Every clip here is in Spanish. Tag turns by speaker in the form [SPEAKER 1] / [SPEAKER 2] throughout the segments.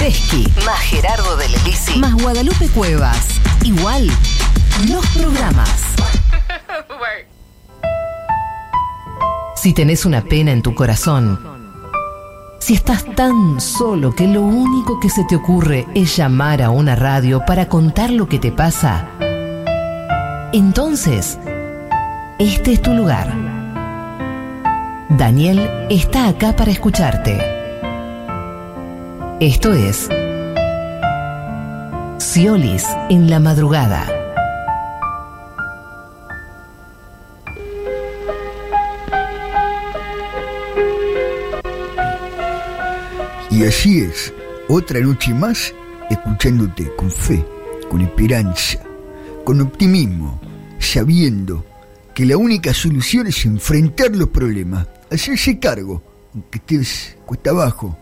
[SPEAKER 1] Tedeschi,
[SPEAKER 2] Más Gerardo del Lisi.
[SPEAKER 1] más Guadalupe Cuevas. Igual, los programas. Si tenés una pena en tu corazón, si estás tan solo que lo único que se te ocurre es llamar a una radio para contar lo que te pasa, entonces, este es tu lugar. Daniel está acá para escucharte. Esto es Ciolis en la madrugada.
[SPEAKER 3] Y así es, otra noche más escuchándote con fe, con esperanza, con optimismo, sabiendo que la única solución es enfrentar los problemas, hacerse cargo, aunque estés cuesta abajo,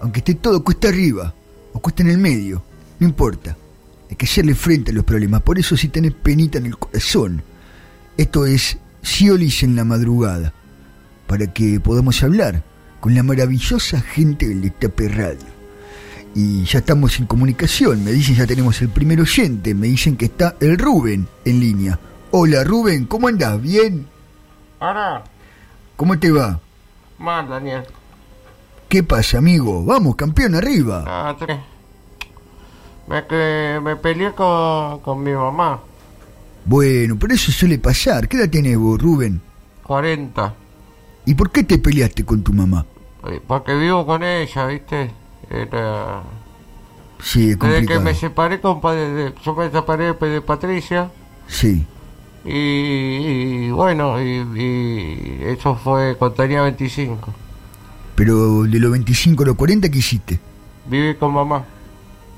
[SPEAKER 3] aunque esté todo cuesta arriba o cuesta en el medio, no importa, hay que hacerle frente a los problemas, por eso si tenés penita en el corazón, esto es Ciolis en la madrugada para que podamos hablar con la maravillosa gente del Destape Radio. Y ya estamos en comunicación, me dicen ya tenemos el primer oyente, me dicen que está el Rubén en línea. Hola Rubén, ¿cómo andás? ¿Bien?
[SPEAKER 4] Ahora,
[SPEAKER 3] ¿Cómo te va?
[SPEAKER 4] más Daniel.
[SPEAKER 3] ¿Qué pasa, amigo? Vamos, campeón arriba.
[SPEAKER 4] Ah, tres. Me, que me peleé con, con mi mamá.
[SPEAKER 3] Bueno, pero eso suele pasar. ¿Qué edad tenés vos, Rubén?
[SPEAKER 4] 40.
[SPEAKER 3] ¿Y por qué te peleaste con tu mamá?
[SPEAKER 4] Eh, Porque vivo con ella, ¿viste? Era...
[SPEAKER 3] Sí, es
[SPEAKER 4] Desde Eh, que
[SPEAKER 3] complicado.
[SPEAKER 4] me separé con... pa- de- Yo me separé de Patricia.
[SPEAKER 3] Sí,
[SPEAKER 4] Y, y bueno, y, y eso fue cuando tenía 25.
[SPEAKER 3] pero de los 25 a los 40, ¿qué hiciste?
[SPEAKER 4] Viví con mamá.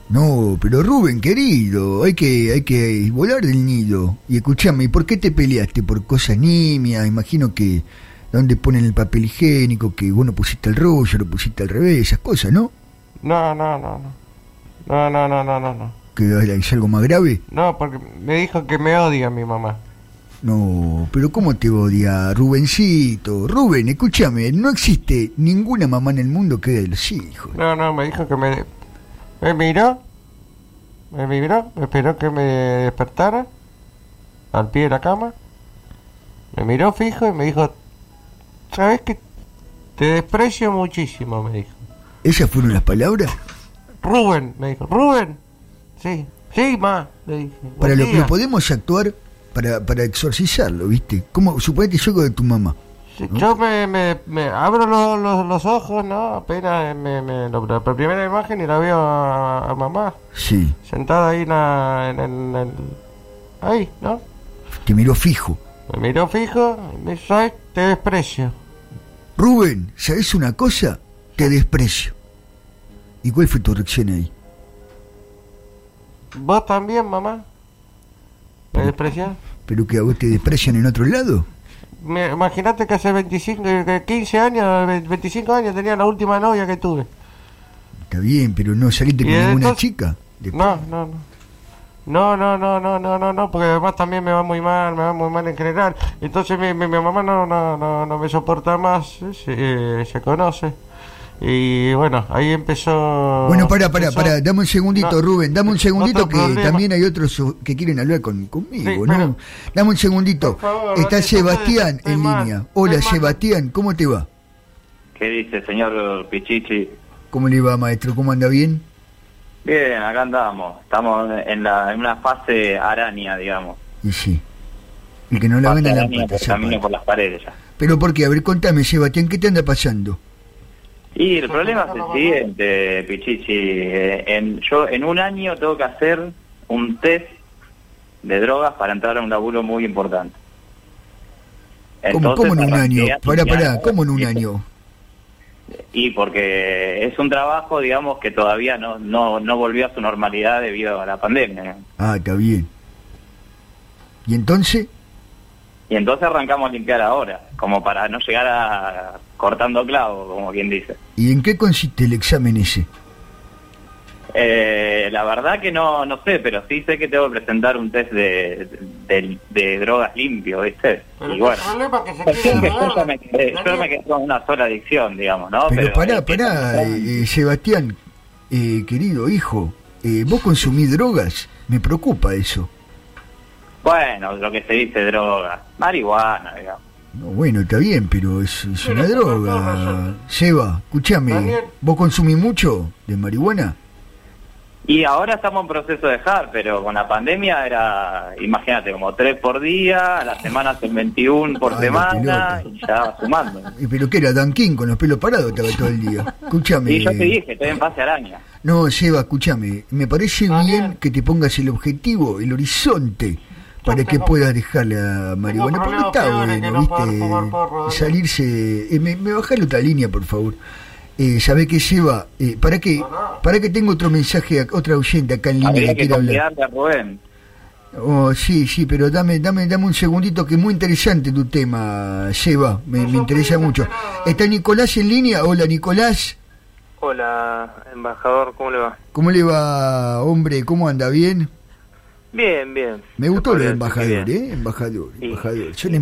[SPEAKER 3] No, pero Rubén, querido, hay que, hay que volar del nido. Y escuchame, ¿y por qué te peleaste? ¿Por cosas nimias? Imagino que dónde ponen el papel higiénico, que vos no pusiste el rollo, lo pusiste al revés, esas cosas, ¿no?
[SPEAKER 4] No, no, no, no. No, no, no, no, no, no.
[SPEAKER 3] Que es algo más grave.
[SPEAKER 4] No, porque me dijo que me odia mi mamá.
[SPEAKER 3] No, pero ¿cómo te odia, Rubencito? Rubén, escúchame, no existe ninguna mamá en el mundo que de los hijos.
[SPEAKER 4] No, no, me dijo que me... Me miró, me miró, esperó que me despertara al pie de la cama. Me miró fijo y me dijo, ¿sabes que Te desprecio muchísimo, me dijo.
[SPEAKER 3] ¿Esas fueron las palabras?
[SPEAKER 4] Rubén, me dijo, Rubén. Sí, sí, ma, le dije. "Buen
[SPEAKER 3] Para lo que
[SPEAKER 4] día".
[SPEAKER 3] podemos actuar para, para exorcizarlo, ¿viste? ¿Cómo? Suponete yo de tu mamá.
[SPEAKER 4] Sí, Yo me, me- me abro lo- lo- los ojos, ¿no? Apenas me, me- la, la primera imagen y la veo a, a mamá
[SPEAKER 3] Sí,
[SPEAKER 4] sentada ahí en, la- en el- en el... Ahí, ¿no?
[SPEAKER 3] te miró fijo.
[SPEAKER 4] Me miró fijo y me dijo, "Ay, te desprecio.
[SPEAKER 3] Rubén, ¿sabes una cosa? Te desprecio. ¿Y cuál fue tu reacción ahí?
[SPEAKER 4] ¿Vos también, mamá? ¿Me
[SPEAKER 3] Mm.
[SPEAKER 4] despreciás?
[SPEAKER 3] ¿Pero que a vos te desprecian en otro lado?
[SPEAKER 4] Me- Imagínate que hace 25, que 15 años, eh, ve- 25 años tenía la última novia que tuve.
[SPEAKER 3] Está bien, pero no saliste
[SPEAKER 4] ¿Y
[SPEAKER 3] con ninguna
[SPEAKER 4] entonces?
[SPEAKER 3] chica. De-
[SPEAKER 4] No, no, no. No, no, no, no, no, no, no, porque además también me va muy mal, me va muy mal en general. Entonces mi, mi- mi mamá no, no, no, no me soporta más, eh, se, eh, se conoce. Y bueno, ahí empezó...
[SPEAKER 3] Bueno, pará, pará,
[SPEAKER 4] empezó-
[SPEAKER 3] pará, dame un segundito,
[SPEAKER 4] No,
[SPEAKER 3] Rubén, dame un segundito
[SPEAKER 4] otro
[SPEAKER 3] que
[SPEAKER 4] problema.
[SPEAKER 3] también hay otros uh, que quieren hablar con, conmigo, ¿no?
[SPEAKER 4] Sí, pero-
[SPEAKER 3] Dame un segundito.
[SPEAKER 4] Por favor,
[SPEAKER 3] Está
[SPEAKER 4] Daniel,
[SPEAKER 3] Sebastián
[SPEAKER 4] estoy
[SPEAKER 3] en
[SPEAKER 4] mal,
[SPEAKER 3] línea.
[SPEAKER 4] estoy
[SPEAKER 3] Hola,
[SPEAKER 4] mal.
[SPEAKER 3] Sebastián, ¿cómo te va?
[SPEAKER 5] ¿Qué dice, señor Pichichi?
[SPEAKER 3] ¿Cómo le va, maestro? ¿Cómo anda bien?
[SPEAKER 5] Bien, acá andamos. Estamos en, la, en una fase araña, digamos.
[SPEAKER 3] Y sí. El que no la
[SPEAKER 5] Fase
[SPEAKER 3] ven a la
[SPEAKER 5] araña
[SPEAKER 3] pata,
[SPEAKER 5] que
[SPEAKER 3] se
[SPEAKER 5] camino
[SPEAKER 3] aparta.
[SPEAKER 5] por las paredes ya.
[SPEAKER 3] Pero ¿por qué? A ver, contame, Sebastián, ¿qué te anda pasando?
[SPEAKER 5] Y el problema es el siguiente, Pichichi. Eh, en- yo en un año tengo que hacer un test de drogas para entrar a un laburo muy importante.
[SPEAKER 3] ¿Cómo,
[SPEAKER 5] Entonces,
[SPEAKER 3] cómo en un
[SPEAKER 5] arranqué
[SPEAKER 3] año?
[SPEAKER 5] a
[SPEAKER 3] Pará, pará,
[SPEAKER 5] estudiar,
[SPEAKER 3] ¿cómo en un
[SPEAKER 5] y-
[SPEAKER 3] año?
[SPEAKER 5] eh, Y porque es un trabajo, digamos, que todavía no, no, no volvió a su normalidad debido a la pandemia.
[SPEAKER 3] Ah, está bien. ¿Y entonces?
[SPEAKER 5] Y entonces arrancamos a limpiar ahora, como para no llegar a cortando clavo, como quien dice.
[SPEAKER 3] ¿Y en qué consiste el examen ese?
[SPEAKER 5] Eh, la verdad que no, no sé, pero sí sé que tengo que presentar un test de, de, de drogas limpio, ¿viste?
[SPEAKER 4] Pero
[SPEAKER 5] y
[SPEAKER 4] el
[SPEAKER 5] bueno.
[SPEAKER 4] problema es que se
[SPEAKER 5] Cuestión
[SPEAKER 4] quiere
[SPEAKER 5] que
[SPEAKER 4] drogar,
[SPEAKER 5] yo ya me quedé, yo
[SPEAKER 4] Daniel.
[SPEAKER 5] me quedé con una sola adicción, digamos, ¿no?
[SPEAKER 3] Pero pará,
[SPEAKER 5] eh,
[SPEAKER 3] pará, eh, eh, Sebastián, eh, querido hijo, eh, vos consumís drogas, me preocupa eso.
[SPEAKER 5] Bueno, lo que se dice droga, marihuana, digamos.
[SPEAKER 3] No, bueno, está bien, pero es, es
[SPEAKER 4] Pero
[SPEAKER 3] una
[SPEAKER 4] tenés toda
[SPEAKER 3] droga.
[SPEAKER 4] razón.
[SPEAKER 3] Seba, escúchame,
[SPEAKER 4] Daniel.
[SPEAKER 3] ¿vos consumís mucho de marihuana?
[SPEAKER 5] Y ahora estamos en proceso de dejar, pero con la pandemia era, imagínate, como tres por día, a la semana son 21 por
[SPEAKER 3] Ay, la
[SPEAKER 5] semana,
[SPEAKER 3] pelota.
[SPEAKER 5] y ya va sumando.
[SPEAKER 3] Eh, ¿Pero qué era? Danquín, con los pelos parados estaba todo el día. Escúchame.
[SPEAKER 5] Y yo te dije, estoy en fase araña.
[SPEAKER 3] No, Seba, escúchame. Me parece bien que te pongas el objetivo, el horizonte, para que puedas dejar la marihuana. Porque
[SPEAKER 4] problemas
[SPEAKER 3] está
[SPEAKER 4] peores que
[SPEAKER 3] bueno,
[SPEAKER 4] no poder
[SPEAKER 3] ¿viste?
[SPEAKER 4] fumar porro, Daniel.
[SPEAKER 3] Salirse. eh, me, me bajás la otra línea, por favor. Eh, ¿Sabés qué, Seba? Eh, ¿Para qué? ¿Para que tengo otro mensaje, a, otra oyente acá en línea
[SPEAKER 5] Habría
[SPEAKER 3] que
[SPEAKER 5] que
[SPEAKER 3] quiere hablar?
[SPEAKER 5] confiarle a Rubén.
[SPEAKER 3] Oh, sí, sí, pero dame, dame, dame un segundito que es muy interesante tu tema, Seba. Me, me interesa mucho. ¿Está Nicolás en línea? Hola, Nicolás.
[SPEAKER 6] Hola, embajador, ¿cómo le va?
[SPEAKER 3] ¿Cómo le va, hombre? ¿Cómo anda? ¿Bien?
[SPEAKER 6] Bien, bien.
[SPEAKER 3] Me gustó
[SPEAKER 6] Se
[SPEAKER 3] el
[SPEAKER 6] podría decir
[SPEAKER 3] embajador,
[SPEAKER 6] que bien.
[SPEAKER 3] ¿eh? Embajador,
[SPEAKER 6] Sí.
[SPEAKER 3] embajador. Son
[SPEAKER 6] ¿Cómo lo voy a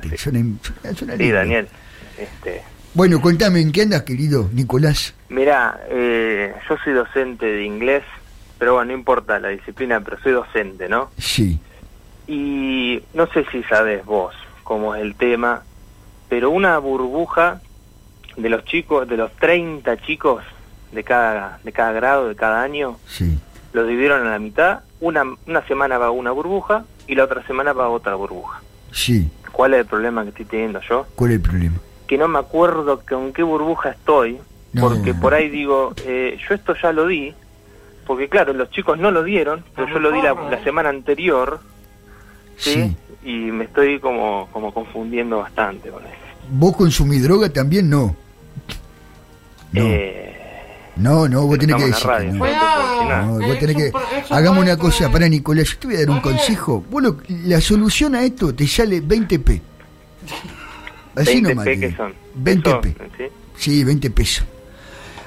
[SPEAKER 3] importantes.
[SPEAKER 6] decir?
[SPEAKER 3] Son, im- son- son
[SPEAKER 6] Sí,
[SPEAKER 3] lindos.
[SPEAKER 6] Daniel. Este,
[SPEAKER 3] Bueno, contame, ¿en qué andas, querido Nicolás?
[SPEAKER 6] mirá, eh, yo soy docente de inglés, pero bueno, no importa la disciplina, pero soy docente, ¿no?
[SPEAKER 3] Sí.
[SPEAKER 6] Y no sé si sabes vos cómo es el tema, pero una burbuja de los chicos, de los 30 chicos de cada, de cada grado, de cada año,
[SPEAKER 3] Sí.
[SPEAKER 6] los dividieron a la mitad. Una, una semana va una burbuja y la otra semana va otra burbuja.
[SPEAKER 3] Sí.
[SPEAKER 6] ¿Cuál es el problema que estoy teniendo yo?
[SPEAKER 3] ¿Cuál es el problema?
[SPEAKER 6] que no me acuerdo con qué burbuja estoy,
[SPEAKER 3] No.
[SPEAKER 6] porque por ahí digo, eh, yo esto ya lo di, porque claro, los chicos no lo dieron, pero yo lo di la, la semana anterior, ¿sí? Y me estoy como, como confundiendo bastante con eso.
[SPEAKER 3] ¿Vos consumís droga también? No. No,
[SPEAKER 6] Eh,
[SPEAKER 3] no, no, vos tenés que
[SPEAKER 6] estamos
[SPEAKER 3] decir.
[SPEAKER 6] en la radio,
[SPEAKER 3] que no.
[SPEAKER 6] no te puedo decir nada.
[SPEAKER 3] No, vos tenés que... Hagamos una
[SPEAKER 4] eh.
[SPEAKER 3] cosa, pará Nicolás, yo te voy a dar un consejo. Vos lo- la solución a esto te sale 20p. Así
[SPEAKER 6] 20
[SPEAKER 3] nomás. eh.
[SPEAKER 6] P
[SPEAKER 3] te
[SPEAKER 6] que
[SPEAKER 3] digo.
[SPEAKER 6] son.
[SPEAKER 3] 20p.
[SPEAKER 6] Son, ¿sí?
[SPEAKER 3] Sí, 20 pesos.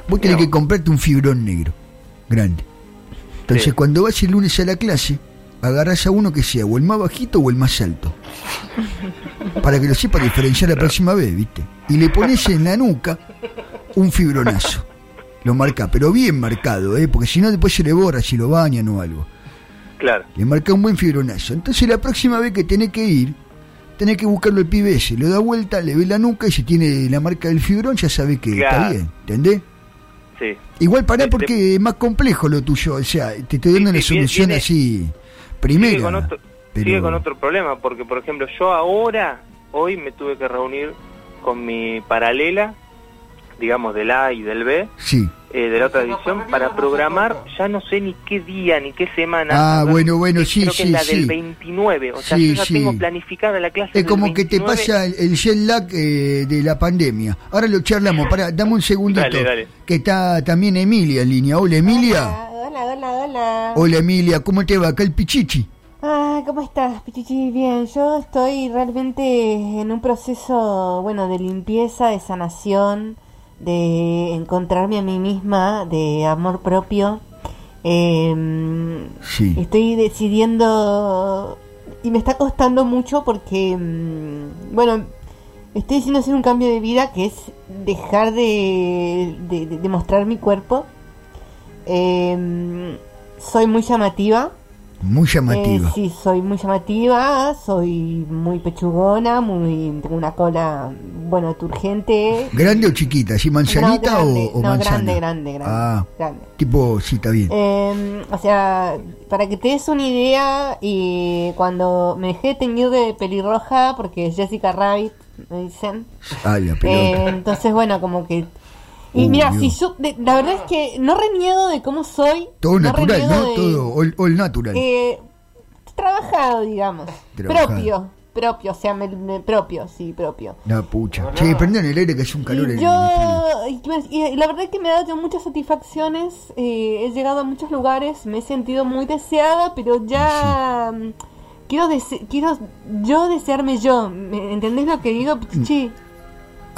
[SPEAKER 3] Vos tenés
[SPEAKER 6] No.
[SPEAKER 3] que comprarte un fibrón negro, grande. Entonces,
[SPEAKER 6] Sí.
[SPEAKER 3] cuando vas el lunes a la clase, agarrás a uno que sea o el más bajito o el más alto. Para que lo sepa diferenciar la próxima vez, ¿viste? Y le pones en la nuca un fibronazo. Lo marca, pero bien marcado, ¿eh? Porque si no, después se le borra si lo bañan o algo.
[SPEAKER 6] Claro,
[SPEAKER 3] Le marca un buen fibronazo. Entonces la próxima vez que tenés que ir, tenés que buscarlo el pibe ese. Lo da vuelta, le ve la nuca y si tiene la marca del fibrón ya sabe que está
[SPEAKER 6] Claro.
[SPEAKER 3] bien. ¿Entendés?
[SPEAKER 6] sí.
[SPEAKER 3] Igual pará
[SPEAKER 6] Este-
[SPEAKER 3] porque es más complejo lo tuyo. O sea, te estoy dando una
[SPEAKER 6] Sí, sí, viene-
[SPEAKER 3] solución
[SPEAKER 6] viene-
[SPEAKER 3] así.
[SPEAKER 6] sigue con
[SPEAKER 3] Primera.
[SPEAKER 6] otro,
[SPEAKER 3] pero-
[SPEAKER 6] sigue con otro problema, porque por ejemplo yo ahora, hoy me tuve que reunir con mi paralela, digamos del A y del B,
[SPEAKER 3] Sí.
[SPEAKER 6] eh, de la otra edición para programar ya no sé ni qué día ni qué semana
[SPEAKER 3] Ah,
[SPEAKER 6] Creo-
[SPEAKER 3] bueno, bueno, sí,
[SPEAKER 6] creo que
[SPEAKER 3] sí,
[SPEAKER 6] es la
[SPEAKER 3] sí.
[SPEAKER 6] del 29 o sea
[SPEAKER 3] Sí,
[SPEAKER 6] yo ya
[SPEAKER 3] sí.
[SPEAKER 6] tengo planificada la clase
[SPEAKER 3] Es
[SPEAKER 6] del
[SPEAKER 3] como que te
[SPEAKER 6] 29.
[SPEAKER 3] pasa el- el jet lag eh, de la pandemia. Ahora lo charlamos. Pará, dame un segundito.
[SPEAKER 6] Dale, dale.
[SPEAKER 3] Que está también Emilia en línea. Hola, Emilia.
[SPEAKER 7] Ah, Hola, hola, hola.
[SPEAKER 3] Hola, Emilia. ¿Cómo te va? Acá el Pichichi.
[SPEAKER 7] Ah, ¿cómo estás, Pichichi? Bien, yo estoy realmente en un proceso, bueno, de limpieza, de sanación, de encontrarme a mí misma, de amor propio. Eh,
[SPEAKER 3] Sí.
[SPEAKER 7] Estoy decidiendo y me está costando mucho porque, mm, bueno, estoy decidiendo hacer un cambio de vida que es dejar de, de, de- de mostrar mi cuerpo. Eh, soy muy llamativa.
[SPEAKER 3] Muy
[SPEAKER 7] Eh,
[SPEAKER 3] llamativa.
[SPEAKER 7] sí, soy muy llamativa, soy muy pechugona, muy tengo una cola, bueno, turgente.
[SPEAKER 3] ¿Grande o chiquita? ¿Así manzanita
[SPEAKER 7] No,
[SPEAKER 3] o-
[SPEAKER 7] grande,
[SPEAKER 3] o,
[SPEAKER 7] no,
[SPEAKER 3] manzana?
[SPEAKER 7] grande, grande, grande,
[SPEAKER 3] Ah,
[SPEAKER 7] grande.
[SPEAKER 3] tipo, sí, está bien.
[SPEAKER 7] Eh, o sea, para que te des una idea, y cuando me dejé teñir de pelirroja, porque Jessica Rabbit, me dicen,
[SPEAKER 3] ah, la
[SPEAKER 7] eh,
[SPEAKER 3] pelota.
[SPEAKER 7] entonces bueno, como que... Y
[SPEAKER 3] Uy,
[SPEAKER 7] mira,
[SPEAKER 3] Dios.
[SPEAKER 7] si yo, de- la verdad es que no reniego de cómo soy.
[SPEAKER 3] Todo natural,
[SPEAKER 7] reniego
[SPEAKER 3] ¿no?
[SPEAKER 7] de-
[SPEAKER 3] Todo all, all natural.
[SPEAKER 7] eh, trabajado, digamos.
[SPEAKER 3] Trabajado.
[SPEAKER 7] Propio, propio, o sea, me- me- propio, sí, propio.
[SPEAKER 3] la pucha. Che, prendieron el aire que hace un calor en
[SPEAKER 7] Y
[SPEAKER 3] el
[SPEAKER 7] yo, y que me- y eh, la verdad es que me ha dado muchas satisfacciones, eh, he llegado a muchos lugares, me he sentido muy deseada, pero ya mm, quiero dese- quiero yo desearme yo, ¿me- ¿entendés lo que digo?
[SPEAKER 3] Mm,
[SPEAKER 7] Sí.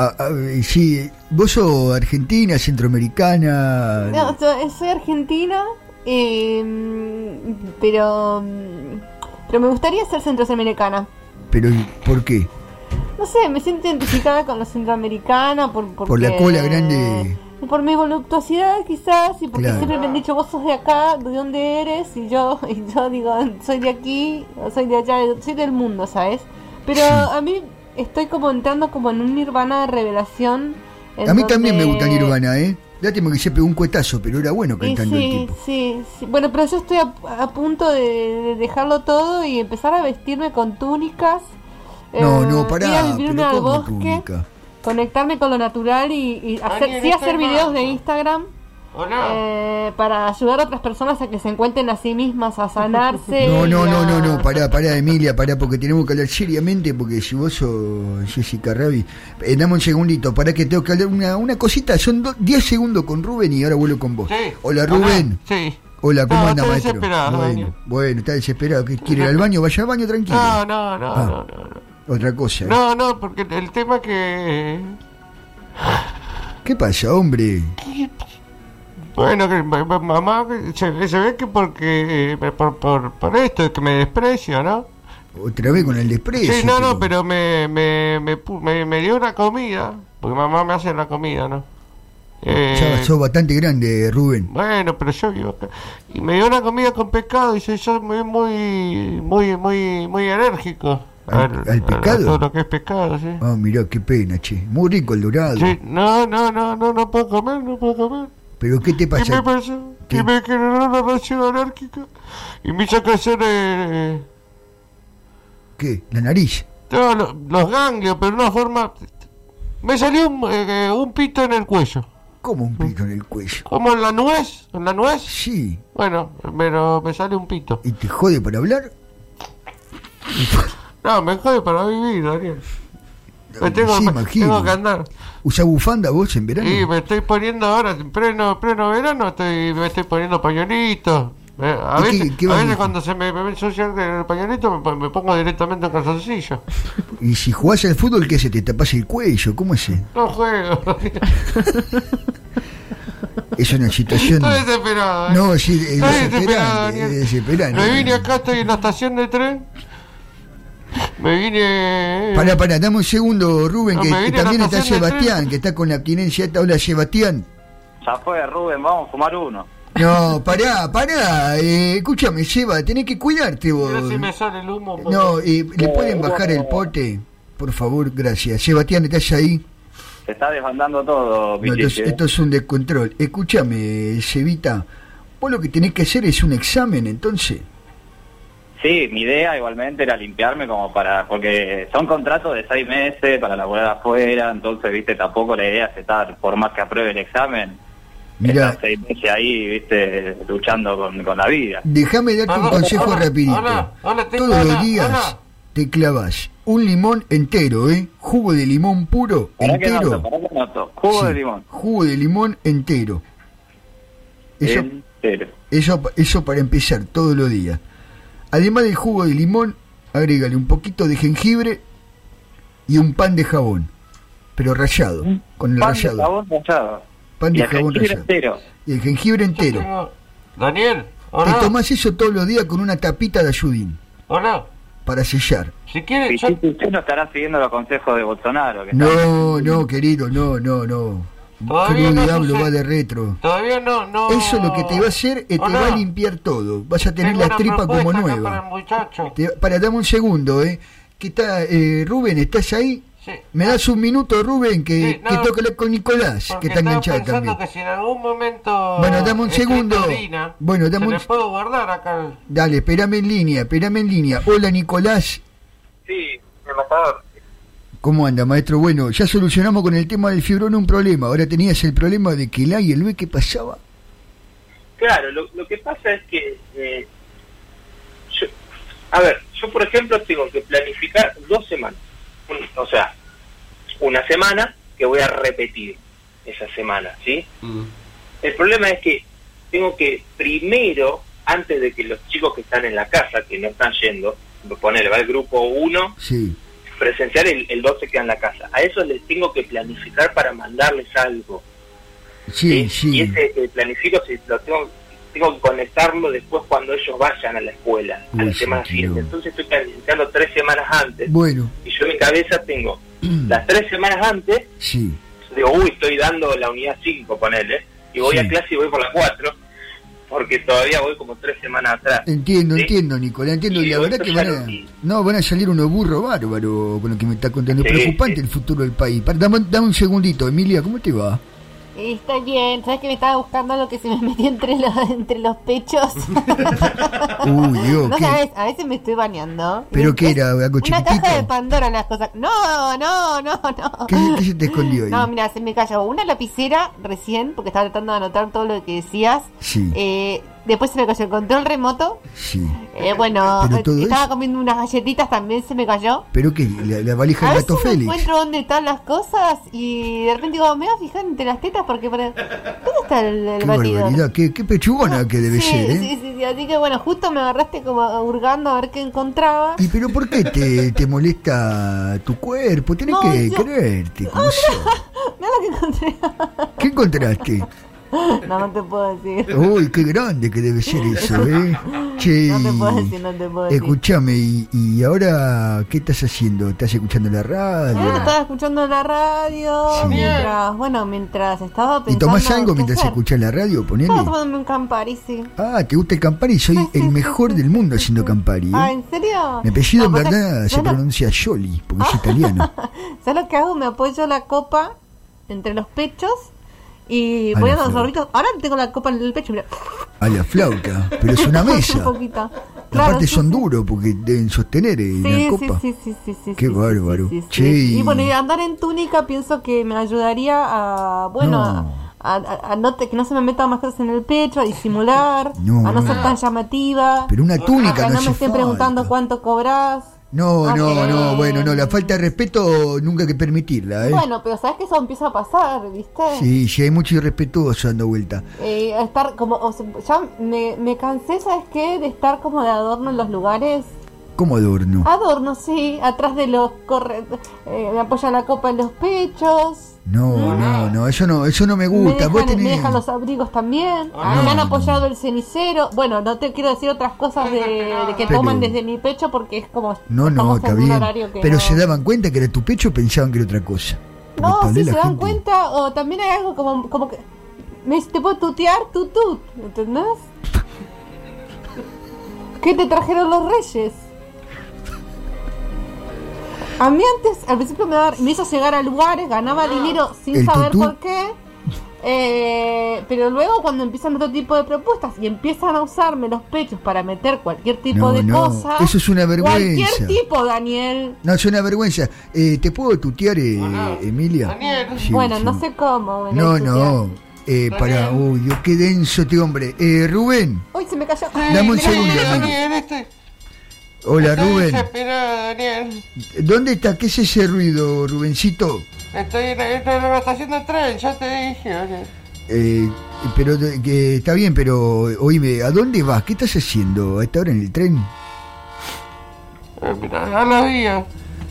[SPEAKER 3] Ah, ah, eh, sí, vos sos argentina, centroamericana.
[SPEAKER 7] No, so- soy argentina, eh, pero, mm, pero me gustaría ser centroamericana.
[SPEAKER 3] Pero, ¿por qué?
[SPEAKER 7] No sé, me siento identificada con los centroamericanos por,
[SPEAKER 3] Por la
[SPEAKER 7] porque-
[SPEAKER 3] cola grande.
[SPEAKER 7] Y por mi voluptuosidad quizás, y porque
[SPEAKER 3] Claro.
[SPEAKER 7] siempre me han dicho, vos sos de acá, ¿de dónde eres? Y yo, y yo digo, soy de aquí, o soy de allá, soy del mundo, ¿sabes? Pero a mí estoy como entrando como en un nirvana de revelación. en
[SPEAKER 3] A mí también me
[SPEAKER 7] donde-
[SPEAKER 3] gusta Nirvana, ¿eh? Lástima que se pegó un cuetazo, pero era bueno
[SPEAKER 7] Y
[SPEAKER 3] cantando el
[SPEAKER 7] sí,
[SPEAKER 3] tipo.
[SPEAKER 7] sí, sí. Bueno, pero yo estoy a, a punto de, de dejarlo todo y empezar a vestirme con túnicas.
[SPEAKER 3] No,
[SPEAKER 7] eh,
[SPEAKER 3] no,
[SPEAKER 7] ir a
[SPEAKER 3] pará,
[SPEAKER 7] vivirme
[SPEAKER 3] pero
[SPEAKER 7] al
[SPEAKER 3] ¿cómo
[SPEAKER 7] bosque,
[SPEAKER 3] túnica?
[SPEAKER 7] conectarme con lo natural y, y hacer,
[SPEAKER 4] Alguien
[SPEAKER 7] sí
[SPEAKER 4] está
[SPEAKER 7] hacer
[SPEAKER 4] mal.
[SPEAKER 7] videos de Instagram
[SPEAKER 4] Hola.
[SPEAKER 7] eh, para ayudar a otras personas a que se encuentren a sí mismas, a sanarse.
[SPEAKER 3] No, no,
[SPEAKER 7] y
[SPEAKER 3] no,
[SPEAKER 7] a-
[SPEAKER 3] no, no, pará, pará, Emilia, pará, porque tenemos que hablar seriamente, porque si vos sos Jessica Rabi, eh, dame un segundito, pará que tengo que hablar una, una cosita, son do- 10 segundos con Rubén y ahora vuelvo con vos.
[SPEAKER 4] Sí.
[SPEAKER 3] Hola Rubén.
[SPEAKER 4] Hola. Sí.
[SPEAKER 3] Hola, ¿cómo
[SPEAKER 4] No,
[SPEAKER 3] anda,
[SPEAKER 4] estoy
[SPEAKER 3] maestro?
[SPEAKER 4] desesperado,
[SPEAKER 3] Bueno,
[SPEAKER 4] Daniel.
[SPEAKER 3] bueno, está desesperado, ¿qué quiere ir al baño? Vaya al baño tranquilo.
[SPEAKER 4] No, no, no,
[SPEAKER 3] Ah.
[SPEAKER 4] no, no, no.
[SPEAKER 3] Otra cosa. ¿eh?
[SPEAKER 4] No, no, porque el- el tema que...
[SPEAKER 3] ¿Qué pasa, hombre?
[SPEAKER 4] Bueno, que ma- ma- mamá se, se ve que porque... eh, Por, por, por esto, que me desprecio, ¿no?
[SPEAKER 3] Otra vez con el desprecio.
[SPEAKER 4] Sí, no, no, pero me, me, me, pu- me- me dio una comida, porque mamá me hace la comida, ¿no? Eh,
[SPEAKER 3] Ya sos bastante grande, Rubén.
[SPEAKER 4] Bueno, pero yo vivo acá. Y me dio una comida con pescado y soy yo muy, muy, muy, muy, muy alérgico.
[SPEAKER 3] ¿Al- al pescado?
[SPEAKER 4] a todo lo que es pescado, sí.
[SPEAKER 3] Ah, mirá, qué pena, che. Muy rico el dorado.
[SPEAKER 4] Sí, no, no, no, no, no puedo comer, no puedo comer.
[SPEAKER 3] Pero ¿qué te
[SPEAKER 4] Y me
[SPEAKER 3] pasa?
[SPEAKER 4] pasó,
[SPEAKER 3] ¿Qué?
[SPEAKER 4] que me generó una reacción alérgica y me hizo crecer eh,
[SPEAKER 3] ¿Qué? La nariz.
[SPEAKER 4] todos los, los ganglios, pero de una forma... Me salió un, eh, un pito en el cuello.
[SPEAKER 3] Como un pito en el cuello.
[SPEAKER 4] Como en la nuez, en la nuez.
[SPEAKER 3] Sí.
[SPEAKER 4] Bueno, pero me sale un pito.
[SPEAKER 3] ¿Y te jode para hablar?
[SPEAKER 4] No, me jode para vivir, Daniel. Me tengo,
[SPEAKER 3] sí,
[SPEAKER 4] me-
[SPEAKER 3] imagino.
[SPEAKER 4] tengo que andar.
[SPEAKER 3] ¿Usa bufanda vos en verano?
[SPEAKER 4] Y me estoy poniendo ahora, en pleno, pleno verano, estoy, me estoy poniendo pañuelitos. Eh, a
[SPEAKER 3] ¿Y qué-
[SPEAKER 4] veces,
[SPEAKER 3] qué
[SPEAKER 4] a
[SPEAKER 3] vas a
[SPEAKER 4] veces
[SPEAKER 3] usar?
[SPEAKER 4] cuando se me, me ensucia el- el pañuelito me, pon- me pongo directamente en calzoncillo.
[SPEAKER 3] Y si jugás al fútbol, ¿qué se te tapas el cuello? ¿Cómo es? eso?
[SPEAKER 4] No juego.
[SPEAKER 3] Es una situación.
[SPEAKER 4] estoy desesperado. eh.
[SPEAKER 3] No, sí, es
[SPEAKER 4] Estoy desesperado,
[SPEAKER 3] desesperante.
[SPEAKER 4] Daniel.
[SPEAKER 3] Es desesperante.
[SPEAKER 4] Me vine acá, estoy en la estación de tren. Me vine... eh,
[SPEAKER 3] Pará, pará, dame un segundo, Rubén,
[SPEAKER 4] No,
[SPEAKER 3] que,
[SPEAKER 4] me
[SPEAKER 3] que
[SPEAKER 4] vine a la
[SPEAKER 3] también está
[SPEAKER 4] estación de
[SPEAKER 3] Sebastián,
[SPEAKER 4] tren.
[SPEAKER 3] que está con la abstinencia esta. Hola, Sebastián.
[SPEAKER 5] Ya fue, Rubén, vamos a fumar uno.
[SPEAKER 3] No, pará, pará. eh, escúchame, Seba, tenés que cuidarte vos.
[SPEAKER 4] Mira si me sale el humo. porque-
[SPEAKER 3] No, eh, ¿le pueden bajar el pote? Por favor, gracias. Sebastián, ¿estás ahí?
[SPEAKER 5] Se está desbandando todo,
[SPEAKER 3] No, esto, es,
[SPEAKER 5] Pichichi.
[SPEAKER 3] esto es un descontrol. Escúchame, Sebita. Vos lo que tenés que hacer es un examen, entonces.
[SPEAKER 5] Sí, mi idea igualmente era limpiarme como para, porque son contratos de seis meses para laburar afuera, entonces, viste, tampoco la idea es estar, por más que apruebe el examen,
[SPEAKER 3] Mirá,
[SPEAKER 5] estar seis meses ahí, viste, luchando con, con la vida.
[SPEAKER 3] déjame darte un
[SPEAKER 4] Hola,
[SPEAKER 3] consejo
[SPEAKER 4] hola,
[SPEAKER 3] rapidito.
[SPEAKER 4] hola, hola, te-
[SPEAKER 3] Todos los
[SPEAKER 4] hola,
[SPEAKER 3] días
[SPEAKER 4] hola.
[SPEAKER 3] te clavas un limón entero, ¿eh? Jugo de limón puro,
[SPEAKER 5] ¿Para qué
[SPEAKER 3] entero.
[SPEAKER 5] noto? ¿Para qué noto? Jugo
[SPEAKER 3] Sí,
[SPEAKER 5] de limón.
[SPEAKER 3] Jugo de limón entero. Eso,
[SPEAKER 5] Eh, Entero.
[SPEAKER 3] eso, eso para empezar todos los días. Además del jugo de limón, agrégale un poquito de jengibre y un pan de jabón. Pero rallado, con el
[SPEAKER 5] Pan de
[SPEAKER 3] rallado.
[SPEAKER 5] jabón rallado.
[SPEAKER 3] Pan
[SPEAKER 5] Y
[SPEAKER 3] de
[SPEAKER 5] el
[SPEAKER 3] jabón
[SPEAKER 5] jengibre
[SPEAKER 3] rallado.
[SPEAKER 5] entero.
[SPEAKER 3] Y el jengibre entero.
[SPEAKER 4] Tengo- Daniel,
[SPEAKER 5] Ah.
[SPEAKER 3] Te
[SPEAKER 4] hola,
[SPEAKER 3] tomás eso todos los días con una tapita de ayudín
[SPEAKER 4] hola.
[SPEAKER 3] para sellar.
[SPEAKER 4] Si quieres, Eh, yo-
[SPEAKER 5] Pichichi, usted no estará siguiendo los consejos de Bolsonaro. Que está-
[SPEAKER 3] No, no, querido, no, no, no.
[SPEAKER 4] Todavía
[SPEAKER 3] Creo
[SPEAKER 4] no
[SPEAKER 3] diablo
[SPEAKER 4] sucede.
[SPEAKER 3] va de retro.
[SPEAKER 4] todavía no, no.
[SPEAKER 3] Eso lo que te va a hacer es te
[SPEAKER 4] Hola.
[SPEAKER 3] va a limpiar todo. Vas a tener
[SPEAKER 4] Tengo
[SPEAKER 3] la
[SPEAKER 4] una
[SPEAKER 3] tripa como
[SPEAKER 4] propuesta acá Para el
[SPEAKER 3] nueva.
[SPEAKER 4] muchacho.
[SPEAKER 3] Te- para, dame un segundo, ¿eh? Que está, eh, Rubén, ¿estás ahí?
[SPEAKER 4] Sí.
[SPEAKER 3] Me das un minuto, Rubén, que,
[SPEAKER 4] Sí, no,
[SPEAKER 3] que toca la- con Nicolás,
[SPEAKER 4] Porque
[SPEAKER 3] que está
[SPEAKER 4] estaba
[SPEAKER 3] enganchado
[SPEAKER 4] pensando
[SPEAKER 3] también.
[SPEAKER 4] que si en algún momento.
[SPEAKER 3] Bueno, dame un
[SPEAKER 4] escrito
[SPEAKER 3] segundo.
[SPEAKER 4] orina,
[SPEAKER 3] Bueno, dame
[SPEAKER 4] se
[SPEAKER 3] un- Eh,
[SPEAKER 4] le puedo guardar acá. el-
[SPEAKER 3] Dale, espérame en línea, espérame en línea. Hola, Nicolás.
[SPEAKER 6] Sí, el matador.
[SPEAKER 3] ¿Cómo anda, maestro? Bueno, ya solucionamos con el tema del fibrón un problema. Ahora tenías el problema de que el A y el B, ¿qué pasaba?
[SPEAKER 6] Claro, lo, lo que pasa es que... eh, yo- a ver, yo por ejemplo tengo que planificar dos semanas. Un- o sea, una semana que voy a repetir esa semana, ¿sí? El problema es que tengo que primero, antes de que los chicos que están en la casa, que no están yendo, poner, va el grupo 1,
[SPEAKER 3] Sí,
[SPEAKER 6] presencial el, el 12 queda en la casa. A eso les tengo que planificar para mandarles algo.
[SPEAKER 3] sí,
[SPEAKER 6] ¿sí?
[SPEAKER 3] sí.
[SPEAKER 6] Y ese eh, planifico si lo tengo, tengo que conectarlo después cuando ellos vayan a la escuela,
[SPEAKER 3] Uy,
[SPEAKER 6] a la
[SPEAKER 3] sí,
[SPEAKER 6] semana siguiente.
[SPEAKER 3] quilombo.
[SPEAKER 6] Entonces estoy planificando tres semanas antes
[SPEAKER 3] Bueno, Mm.
[SPEAKER 6] y yo en mi cabeza tengo las tres semanas antes
[SPEAKER 3] sí,
[SPEAKER 6] digo, uy, estoy dando la unidad 5, ponele, y voy
[SPEAKER 3] Sí.
[SPEAKER 6] a clase y voy por la 4, porque todavía voy como tres semanas atrás.
[SPEAKER 3] Entiendo,
[SPEAKER 6] ¿sí?
[SPEAKER 3] entiendo, Nicolás, entiendo.
[SPEAKER 6] Sí,
[SPEAKER 3] Y la verdad
[SPEAKER 6] esto
[SPEAKER 3] que
[SPEAKER 6] ya
[SPEAKER 3] van a,
[SPEAKER 6] lo vi.
[SPEAKER 3] no, van a salir unos burros bárbaros con lo que me está contando.
[SPEAKER 6] Sí,
[SPEAKER 3] Preocupante
[SPEAKER 6] sí.
[SPEAKER 3] el futuro del país. Para, Dame, dame un segundito, Emilia, ¿cómo te va?
[SPEAKER 7] Estoy bien, ¿sabes que me estaba buscando lo que se me metió entre los, entre los pechos?
[SPEAKER 3] Uy, Dios,
[SPEAKER 7] no
[SPEAKER 3] ¿qué?
[SPEAKER 7] sabes, a veces me estoy bañando.
[SPEAKER 3] ¿Pero
[SPEAKER 7] Y
[SPEAKER 3] qué
[SPEAKER 7] es
[SPEAKER 3] era, algo
[SPEAKER 7] Una
[SPEAKER 3] chiquitito?
[SPEAKER 7] caja de Pandora las cosas. No, no, no, no.
[SPEAKER 3] ¿Qué, qué se te escondió ahí?
[SPEAKER 7] No, mira, se me cayó una lapicera recién, porque estaba tratando de anotar todo lo que decías.
[SPEAKER 3] Sí,
[SPEAKER 7] Eh, después se me cayó el control remoto.
[SPEAKER 3] sí.
[SPEAKER 7] Eh, bueno,
[SPEAKER 3] Pero todo
[SPEAKER 7] estaba
[SPEAKER 3] eso-
[SPEAKER 7] comiendo unas galletitas, también se me cayó.
[SPEAKER 3] ¿Pero qué? ¿La, la valija
[SPEAKER 7] A
[SPEAKER 3] del
[SPEAKER 7] veces
[SPEAKER 3] gato
[SPEAKER 7] no
[SPEAKER 3] Félix?
[SPEAKER 7] encuentro dónde están las cosas y de repente digo, me voy a fijar entre las tetas porque para... ¿Dónde está el, el
[SPEAKER 3] Qué
[SPEAKER 7] batidor?
[SPEAKER 3] barbaridad, qué, qué pechugona que debe
[SPEAKER 7] sí,
[SPEAKER 3] ser, ¿eh?
[SPEAKER 7] sí, sí, sí, así que bueno, justo me agarraste como hurgando a ver qué encontraba.
[SPEAKER 3] ¿Y pero por qué te, te molesta tu cuerpo? Tenés
[SPEAKER 7] No,
[SPEAKER 3] que
[SPEAKER 7] yo- Oh,
[SPEAKER 3] creerte, como sos.
[SPEAKER 7] Mira lo que encontré.
[SPEAKER 3] ¿Qué encontraste?
[SPEAKER 7] No, no te puedo decir.
[SPEAKER 3] Uy, qué grande que debe ser eso, ¿eh? Che,
[SPEAKER 7] No te puedo decir,
[SPEAKER 3] y-
[SPEAKER 7] no te puedo decir.
[SPEAKER 3] escuchame, y, y ahora qué estás haciendo? ¿Estás escuchando la radio?
[SPEAKER 7] Ah, estaba escuchando la radio
[SPEAKER 3] Sí.
[SPEAKER 7] mientras, bueno, mientras estaba
[SPEAKER 3] ¿Y
[SPEAKER 7] pensando.
[SPEAKER 3] tomás
[SPEAKER 7] qué
[SPEAKER 3] algo mientras
[SPEAKER 7] hacer.
[SPEAKER 3] escuchás la radio? Ponele.
[SPEAKER 7] Estaba tomándome un Campari, sí.
[SPEAKER 3] Ah, ¿te gusta el Campari? Soy
[SPEAKER 7] Sí, sí,
[SPEAKER 3] el
[SPEAKER 7] sí,
[SPEAKER 3] mejor
[SPEAKER 7] sí,
[SPEAKER 3] del mundo
[SPEAKER 7] sí,
[SPEAKER 3] haciendo
[SPEAKER 7] sí.
[SPEAKER 3] Campari. ¿eh?
[SPEAKER 7] Ah, ¿en serio?
[SPEAKER 3] Mi apellido en
[SPEAKER 7] No, pasa-
[SPEAKER 3] verdad se
[SPEAKER 7] yo lo-
[SPEAKER 3] pronuncia Jolly, porque es italiano.
[SPEAKER 7] ¿Sabes lo que hago? Me apoyo la copa entre los pechos y
[SPEAKER 3] Ah,
[SPEAKER 7] voy
[SPEAKER 3] no,
[SPEAKER 7] a los
[SPEAKER 3] sí.
[SPEAKER 7] sorbitos. Ahora tengo la copa en el pecho, mira.
[SPEAKER 3] A la flauta, pero es una
[SPEAKER 7] Un
[SPEAKER 3] mesa.
[SPEAKER 7] poquito. Claro,
[SPEAKER 3] Aparte
[SPEAKER 7] sí,
[SPEAKER 3] son
[SPEAKER 7] sí.
[SPEAKER 3] duros porque deben sostener eh,
[SPEAKER 7] Sí,
[SPEAKER 3] la copa.
[SPEAKER 7] sí, sí, sí, sí, sí,
[SPEAKER 3] Qué
[SPEAKER 7] sí, sí,
[SPEAKER 3] bárbaro.
[SPEAKER 7] sí, sí,
[SPEAKER 3] Che,
[SPEAKER 7] sí.
[SPEAKER 3] y-
[SPEAKER 7] Y bueno, y andar en túnica pienso que me ayudaría a, bueno, a-
[SPEAKER 3] No.
[SPEAKER 7] a, a- a no te- que no se me metan más cosas en el pecho, a disimular,
[SPEAKER 3] No,
[SPEAKER 7] a no ser
[SPEAKER 3] no.
[SPEAKER 7] tan llamativa.
[SPEAKER 3] Pero una
[SPEAKER 7] a
[SPEAKER 3] túnica
[SPEAKER 7] que
[SPEAKER 3] no,
[SPEAKER 7] no
[SPEAKER 3] hace
[SPEAKER 7] me estén
[SPEAKER 3] falta.
[SPEAKER 7] preguntando cuánto cobras.
[SPEAKER 3] No,
[SPEAKER 7] Ah,
[SPEAKER 3] no,
[SPEAKER 7] que-
[SPEAKER 3] no, bueno, no, la falta de respeto nunca hay que permitirla, ¿eh?
[SPEAKER 7] Bueno, pero sabes que eso empieza a pasar, ¿viste?
[SPEAKER 3] Sí, sí, hay mucho irrespetuoso dando vuelta.
[SPEAKER 7] Eh, a estar como, o sea, ya me, me cansé, ¿sabes qué? De estar como de adorno en los lugares.
[SPEAKER 3] ¿Cómo adorno?
[SPEAKER 7] Adorno, sí, atrás de los corre... eh, me apoya la copa en los pechos.
[SPEAKER 3] No, no, no, eso no, eso no me
[SPEAKER 7] Ah. Me
[SPEAKER 3] gusta.
[SPEAKER 7] dejan,
[SPEAKER 3] Vos
[SPEAKER 7] me
[SPEAKER 3] tenés...
[SPEAKER 7] dejan los abrigos también.
[SPEAKER 3] Ah,
[SPEAKER 7] me han
[SPEAKER 3] no.
[SPEAKER 7] apoyado el cenicero. Bueno, no te quiero decir otras cosas de, de que
[SPEAKER 3] Pero-
[SPEAKER 7] toman desde mi pecho porque es como.
[SPEAKER 3] No, no,
[SPEAKER 7] estamos
[SPEAKER 3] está
[SPEAKER 7] en un
[SPEAKER 3] bien.
[SPEAKER 7] horario que
[SPEAKER 3] Pero
[SPEAKER 7] no-
[SPEAKER 3] se daban cuenta que era tu pecho, pensaban que era otra cosa. Me
[SPEAKER 7] No,
[SPEAKER 3] paré
[SPEAKER 7] sí,
[SPEAKER 3] la
[SPEAKER 7] se dan
[SPEAKER 3] gente.
[SPEAKER 7] cuenta. O también hay algo como, como que. Me dice, te puedo tutear, tutut. ¿Entendés? ¿Qué te trajeron los reyes? A mí antes, al principio me, daba- me hizo llegar a lugares, ganaba dinero sin
[SPEAKER 3] ¿El
[SPEAKER 7] saber
[SPEAKER 3] tutú?
[SPEAKER 7] por qué. Eh, pero luego cuando empiezan otro tipo de propuestas y empiezan a usarme los pechos para meter cualquier tipo
[SPEAKER 3] No,
[SPEAKER 7] de
[SPEAKER 3] no,
[SPEAKER 7] cosa.
[SPEAKER 3] eso es una vergüenza.
[SPEAKER 7] Cualquier tipo, Daniel.
[SPEAKER 3] No, es una vergüenza. Eh, ¿Te puedo tutear, eh, Emilia? Sí,
[SPEAKER 7] bueno,
[SPEAKER 3] sí.
[SPEAKER 7] no sé cómo. me lo
[SPEAKER 3] No,
[SPEAKER 7] tutearon.
[SPEAKER 3] no. Eh, para, uy, yo qué denso este hombre. Eh, Rubén,
[SPEAKER 7] Uy, se me cayó.
[SPEAKER 3] dame un segundo. hermano.
[SPEAKER 4] Daniel, este.
[SPEAKER 3] Hola,
[SPEAKER 4] Estoy
[SPEAKER 3] Rubén.
[SPEAKER 4] desesperado, Daniel.
[SPEAKER 3] ¿Dónde está? ¿Qué es ese ruido, Rubencito?
[SPEAKER 4] Estoy en, estoy en la estación de tren, ya te dije. oye.
[SPEAKER 3] Eh, pero de- que está bien, pero oíme, ¿a dónde vas? ¿Qué estás haciendo a esta hora en el tren?
[SPEAKER 4] Eh, mira, A la vía.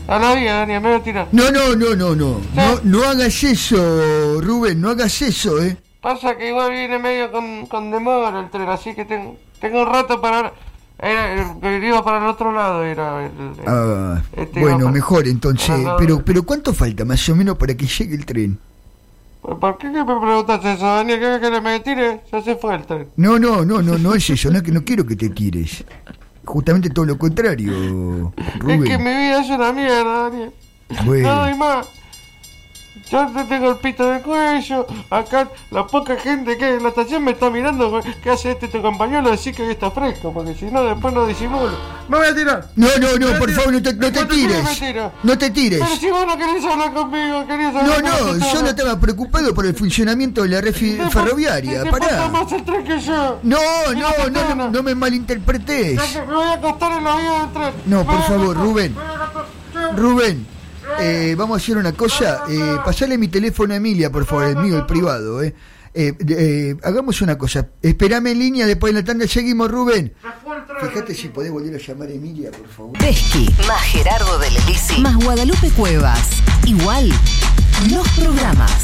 [SPEAKER 4] A la vía, Daniel, me voy a tirar.
[SPEAKER 3] No, no, no, no, no. No, no hagas eso, Rubén, no hagas eso, ¿eh?
[SPEAKER 4] Pasa que igual viene medio con, con demora el tren, así que tengo, tengo un rato para... Era, el- iba para el otro lado, era el- el-
[SPEAKER 3] Ah,
[SPEAKER 4] Este,
[SPEAKER 3] bueno,
[SPEAKER 4] vamos.
[SPEAKER 3] mejor entonces.
[SPEAKER 4] Ajá.
[SPEAKER 3] Pero, pero ¿cuánto falta más o menos para que llegue el tren?
[SPEAKER 4] ¿Por qué que me preguntas eso, Daniel? ¿Qué que le me tire? Ya se fue el tren.
[SPEAKER 3] No, no, no, no, no es eso. No es que no quiero que te tires. Justamente todo lo contrario, Rubén.
[SPEAKER 4] Es que mi vida es una mierda, Daniel. No
[SPEAKER 3] Bueno,
[SPEAKER 4] doy más. Yo te tengo el pito de cuello. Acá la poca gente que hay en la estación me está mirando. güey. ¿Qué hace este tu compañero? Decir que hoy está fresco, porque si no, después no disimulo. ¡Me voy a tirar!
[SPEAKER 3] no, no, no,
[SPEAKER 4] Me
[SPEAKER 3] por
[SPEAKER 4] tiro.
[SPEAKER 3] favor, no te, no te
[SPEAKER 4] Cuando tire, me
[SPEAKER 3] tires.
[SPEAKER 4] tiro.
[SPEAKER 3] No te tires.
[SPEAKER 4] Pero si vos no querés hablar conmigo, querés
[SPEAKER 3] No,
[SPEAKER 4] hablar
[SPEAKER 3] no,
[SPEAKER 4] con
[SPEAKER 3] yo no estaba preocupado por el funcionamiento de la red fi-
[SPEAKER 4] Te
[SPEAKER 3] Eh, ferroviaria,
[SPEAKER 4] te pasa
[SPEAKER 3] pará.
[SPEAKER 4] más el tren que yo.
[SPEAKER 3] No,
[SPEAKER 4] Mira,
[SPEAKER 3] no, no, no,
[SPEAKER 4] perdona.
[SPEAKER 3] no me malinterpretes.
[SPEAKER 4] Ya que Me voy a acostar en la vía del tren.
[SPEAKER 3] No,
[SPEAKER 4] Me
[SPEAKER 3] por
[SPEAKER 4] voy a
[SPEAKER 3] favor,
[SPEAKER 4] acostar,
[SPEAKER 3] Rubén.
[SPEAKER 4] me voy a acostar. Yo-
[SPEAKER 3] Rubén, eh, vamos a hacer una cosa. Eh, pasale mi teléfono a Emilia, por favor, el mío, el privado. Eh. Eh, de- eh, hagamos una cosa. Esperame en línea, después de la tanda seguimos, Rubén. Fíjate si podés volver a llamar a Emilia, por favor.
[SPEAKER 1] Desqui,
[SPEAKER 2] Más Gerardo del Lisi.
[SPEAKER 1] más Guadalupe Cuevas. Igual, los programas.